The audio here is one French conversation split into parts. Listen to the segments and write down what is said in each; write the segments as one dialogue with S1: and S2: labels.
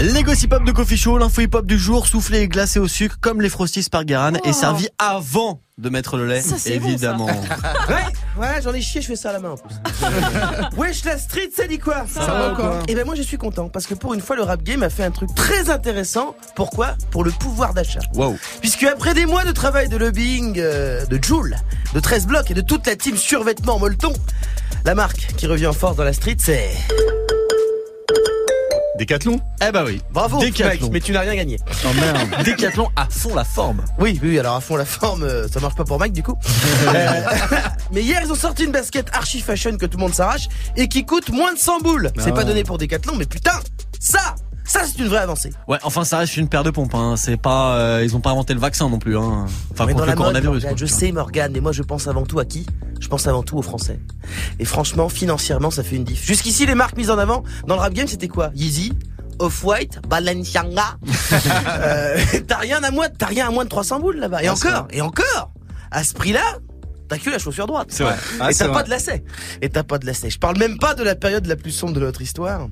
S1: Les gossip hop de Coffee Show, l'info hip hop du jour, soufflé et glacé au sucre comme les frosties par Garane et servi avant de mettre le lait,
S2: Ça, c'est bon,
S1: évidemment.
S3: Ouais, ouais, j'en ai chié, je fais ça à la main en plus. Wesh, la street, ça dit quoi Ça, va encore Et ben moi je suis content parce que pour une fois le rap game a fait un truc très intéressant. Pourquoi Pour le pouvoir d'achat.
S1: Wow.
S3: Puisque après des mois de travail de lobbying euh, de Joule, de 13 blocs et de toute la team survêtement Molton, la marque qui revient fort dans la street, c'est
S4: Décathlon
S1: Eh bah oui.
S3: bravo
S1: Décathlon.
S3: mec, mais tu n'as rien gagné.
S1: Oh merde. Décathlon à fond la forme.
S3: Oui, oui, oui, alors à fond la forme, euh, ça marche pas pour Mike du coup. Euh, mais hier, ils ont sorti une basket archi fashion que tout le monde s'arrache et qui coûte moins de 100 boules.
S1: Ah.
S3: C'est pas donné pour Decathlon, mais putain, ça, ça c'est une vraie avancée.
S1: Ouais, enfin ça reste une paire de pompes. Hein. C'est pas, euh, ils ont pas inventé le vaccin non plus. Hein. Enfin
S3: On est
S1: contre le coronavirus.
S3: Morgane,
S1: quoi,
S3: je
S1: tu vois.
S3: sais Morgane, mais moi je pense avant tout à qui Je pense avant tout aux Français. Et franchement, financièrement, ça fait une diff. Jusqu'ici, les marques mises en avant dans le rap game, c'était quoi Yeezy Off-White, Balenciaga. Euh, t'as rien à moins, t'as rien à moins de 300 boules là-bas.
S1: Ah,
S3: Et encore, et encore, à ce prix-là, t'as que la chaussure droite.
S1: C'est vrai.
S4: Ah,
S3: et
S4: c'est
S3: t'as
S4: vrai.
S3: pas de lacets. Et t'as pas de lacets. Je parle même pas de la période la plus sombre de notre histoire.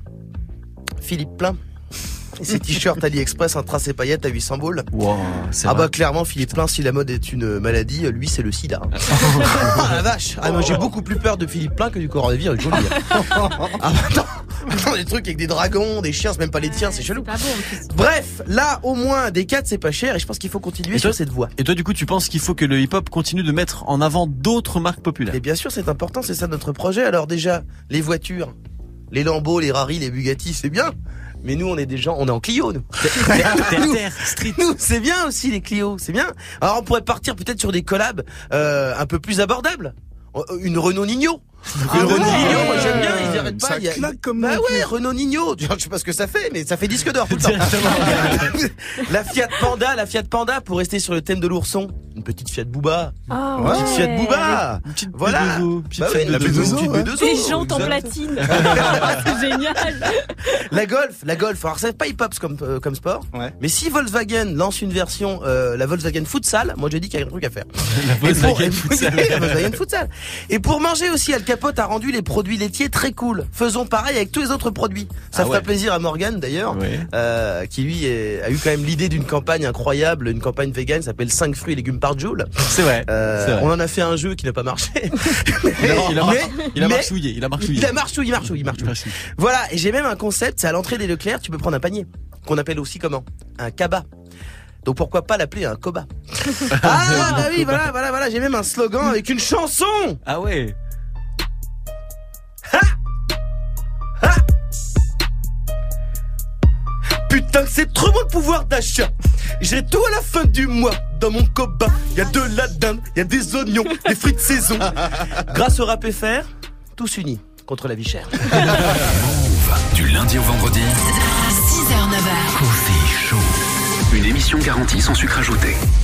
S3: Philippe Plein. Et ses t-shirts AliExpress, un tracé paillettes à 800 boules.
S1: Wow, c'est
S3: Ah
S1: vrai.
S3: bah clairement, Philippe Plein, si la mode est une maladie, lui c'est le sida. oh la vache Ah moi j'ai beaucoup plus peur de Philippe Plein que du coronavirus, je vous le dis. Ah bah attends, attends, des trucs avec des dragons, des chiens, c'est même pas les tiens, c'est chelou.
S2: pas bon, en plus.
S3: Bref, là au moins des 4 c'est pas cher et je pense qu'il faut continuer
S1: Et
S3: sur
S1: toi
S3: cette voie.
S1: Et toi du coup tu penses qu'il faut que le hip hop continue de mettre en avant d'autres marques populaires
S3: Et bien sûr c'est important, c'est ça notre projet. Alors déjà, les voitures, les Lambeaux, les Rari, les Bugatti, c'est bien. Mais nous on est des gens, on est en Clio nous.
S1: Terre,
S3: Nous,
S1: terre, street.
S3: Nous, c'est bien aussi les Clio, c'est bien. Alors on pourrait partir peut-être sur des collabs euh, un peu plus abordables. Euh, Une Renault Nigno. Une Renault Nigno, moi j'aime bien, ils y arrêtent pas.
S4: Ah Ça
S3: il y a-
S4: claque comme
S3: bah
S4: nom.
S3: ouais, Renault Nigno. Je sais pas ce que ça fait, mais ça fait disque d'or tout le temps. la Fiat Panda, la Fiat Panda pour rester sur le thème de l'ourson. Une petite Fiat Booba.
S2: Ah,
S3: Une petite Fiat Booba.
S1: Une petite
S3: Voilà.
S1: Bedozo, petite
S3: Bah oui,
S1: Bedozo.
S3: la Bedozo,
S4: Bedozo,
S3: petite
S4: ouais.
S3: Bedozo,
S2: Des jantes en
S3: exact.
S2: platine. Ah, c'est génial.
S3: La Golf, la Golf. Alors c'est pas hip-hop comme, euh, comme sport.
S4: Ouais.
S3: Mais si Volkswagen lance une version, euh, la Volkswagen Futsal, moi j'ai dit qu'il y a un truc à faire.
S1: La
S3: Et pour-
S1: Volkswagen
S3: et-
S1: Futsal.
S3: la Volkswagen Futsal. Et pour manger aussi, Al Capote a rendu les produits laitiers très cool. Faisons pareil avec tous les autres produits.
S1: Ah
S3: Ça fera
S1: ouais.
S3: plaisir à Morgan d'ailleurs,
S1: Ouais.
S3: euh, qui lui est- a eu quand même l'idée d'une campagne incroyable, une campagne vegan qui s'appelle 5 fruits et légumes par joule.
S1: C'est vrai.
S3: Euh,
S1: C'est vrai.
S3: on en a fait un jeu qui n'a pas marché.
S1: Il a, il a mar-
S3: Mais-
S1: il a
S3: mais-
S1: marchouillé, il a marchouillé.
S3: Il a marchouillé, marchouillé, marchouillé. Voilà, et j'ai même un concept, c'est à l'entrée des Leclerc, tu peux prendre un panier, qu'on appelle aussi comment Un cabas. Donc pourquoi pas l'appeler un coba Ah bah oui, voilà, voilà, voilà, j'ai même un slogan avec une chanson
S1: Ah ouais.
S3: Putain, que c'est trop mon pouvoir d'achat J'ai tout à la fin du mois dans mon coba. Y a de la dinde, y a des oignons, des fruits de saison. Grâce au rap FR, tous unis contre la vie chère.
S5: Du lundi au vendredi,
S6: 6h, 9h.
S5: une émission garantie sans sucre ajouté.
S3: Et